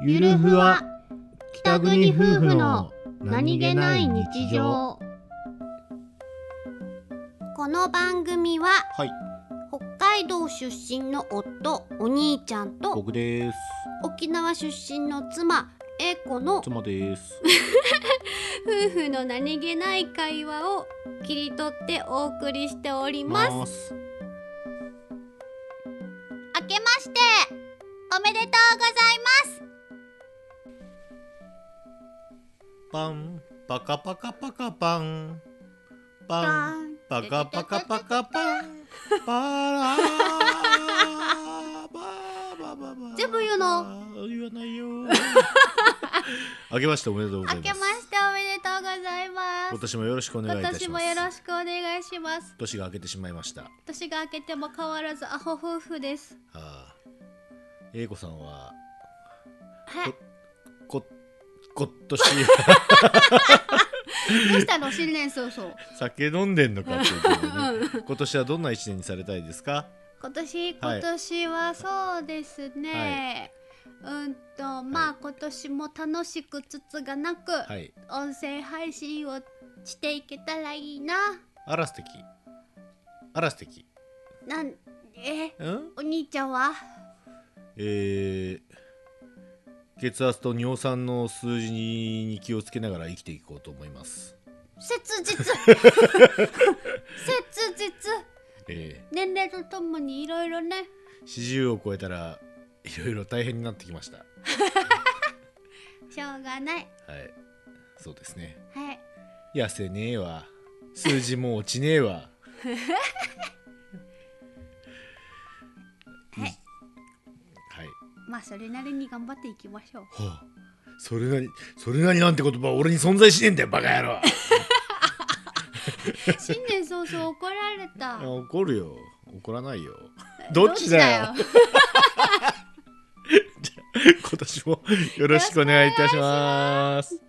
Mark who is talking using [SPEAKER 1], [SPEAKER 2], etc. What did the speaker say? [SPEAKER 1] ゆるふわ北国夫婦の
[SPEAKER 2] この番組は
[SPEAKER 1] はい
[SPEAKER 2] 北海道出身の夫お兄ちゃんと
[SPEAKER 1] 僕です
[SPEAKER 2] 沖縄出身の妻英子の夫
[SPEAKER 1] 妻です
[SPEAKER 2] 婦の何気ない会話を切り取ってお送りしております
[SPEAKER 1] す
[SPEAKER 2] 明けましておめでとうございます
[SPEAKER 1] パンパカパカパカパンパンパカパカパカパンパラ ーバーバーバーバー
[SPEAKER 2] 全部言うの
[SPEAKER 1] 言わないよ 明けましておめでとうござい
[SPEAKER 2] 明
[SPEAKER 1] ま
[SPEAKER 2] け
[SPEAKER 1] す
[SPEAKER 2] ましておめでとうございま
[SPEAKER 1] 今
[SPEAKER 2] す
[SPEAKER 1] 年もよろしくお願いい
[SPEAKER 2] 今
[SPEAKER 1] たします
[SPEAKER 2] 年もよろしくお願いします
[SPEAKER 1] 年が明けてしまいました
[SPEAKER 2] 年が明けても変わらずアホ夫婦です
[SPEAKER 1] ああ英子さんは
[SPEAKER 2] はい
[SPEAKER 1] こ今年
[SPEAKER 2] どうしたの新年早 々
[SPEAKER 1] 酒飲んでんのかっていうけどね今年はどんな一年にされたいですか
[SPEAKER 2] 今年
[SPEAKER 1] はい
[SPEAKER 2] 今年はそうですね、うんとまあ、今年も楽しくつつがなく、
[SPEAKER 1] はい
[SPEAKER 2] 音声配信をしていけたらいいな
[SPEAKER 1] あら素敵あら素敵
[SPEAKER 2] なんえ
[SPEAKER 1] うん
[SPEAKER 2] お兄ちゃんは
[SPEAKER 1] えー血圧と尿酸の数字に気をつけながら生きていこうと思います。
[SPEAKER 2] 切 実切実
[SPEAKER 1] え
[SPEAKER 2] 年齢とともにいろいろね
[SPEAKER 1] ー、40を超えたらいろいろ大変になってきました。は
[SPEAKER 2] しょうがない
[SPEAKER 1] い、そうですね。
[SPEAKER 2] はい
[SPEAKER 1] 痩せねえわ数字も落ちねえ わ
[SPEAKER 2] はい
[SPEAKER 1] はい、
[SPEAKER 2] まあそれなりに頑張っていき ましょう
[SPEAKER 1] はあ、それなりそれなりなんて言葉は俺に存在しねえんだよバカ野 郎
[SPEAKER 2] 新年早々怒られた
[SPEAKER 1] いや怒るよ怒らないよ どっちだよ
[SPEAKER 2] どっち
[SPEAKER 1] 今年もよろしくお願いいたします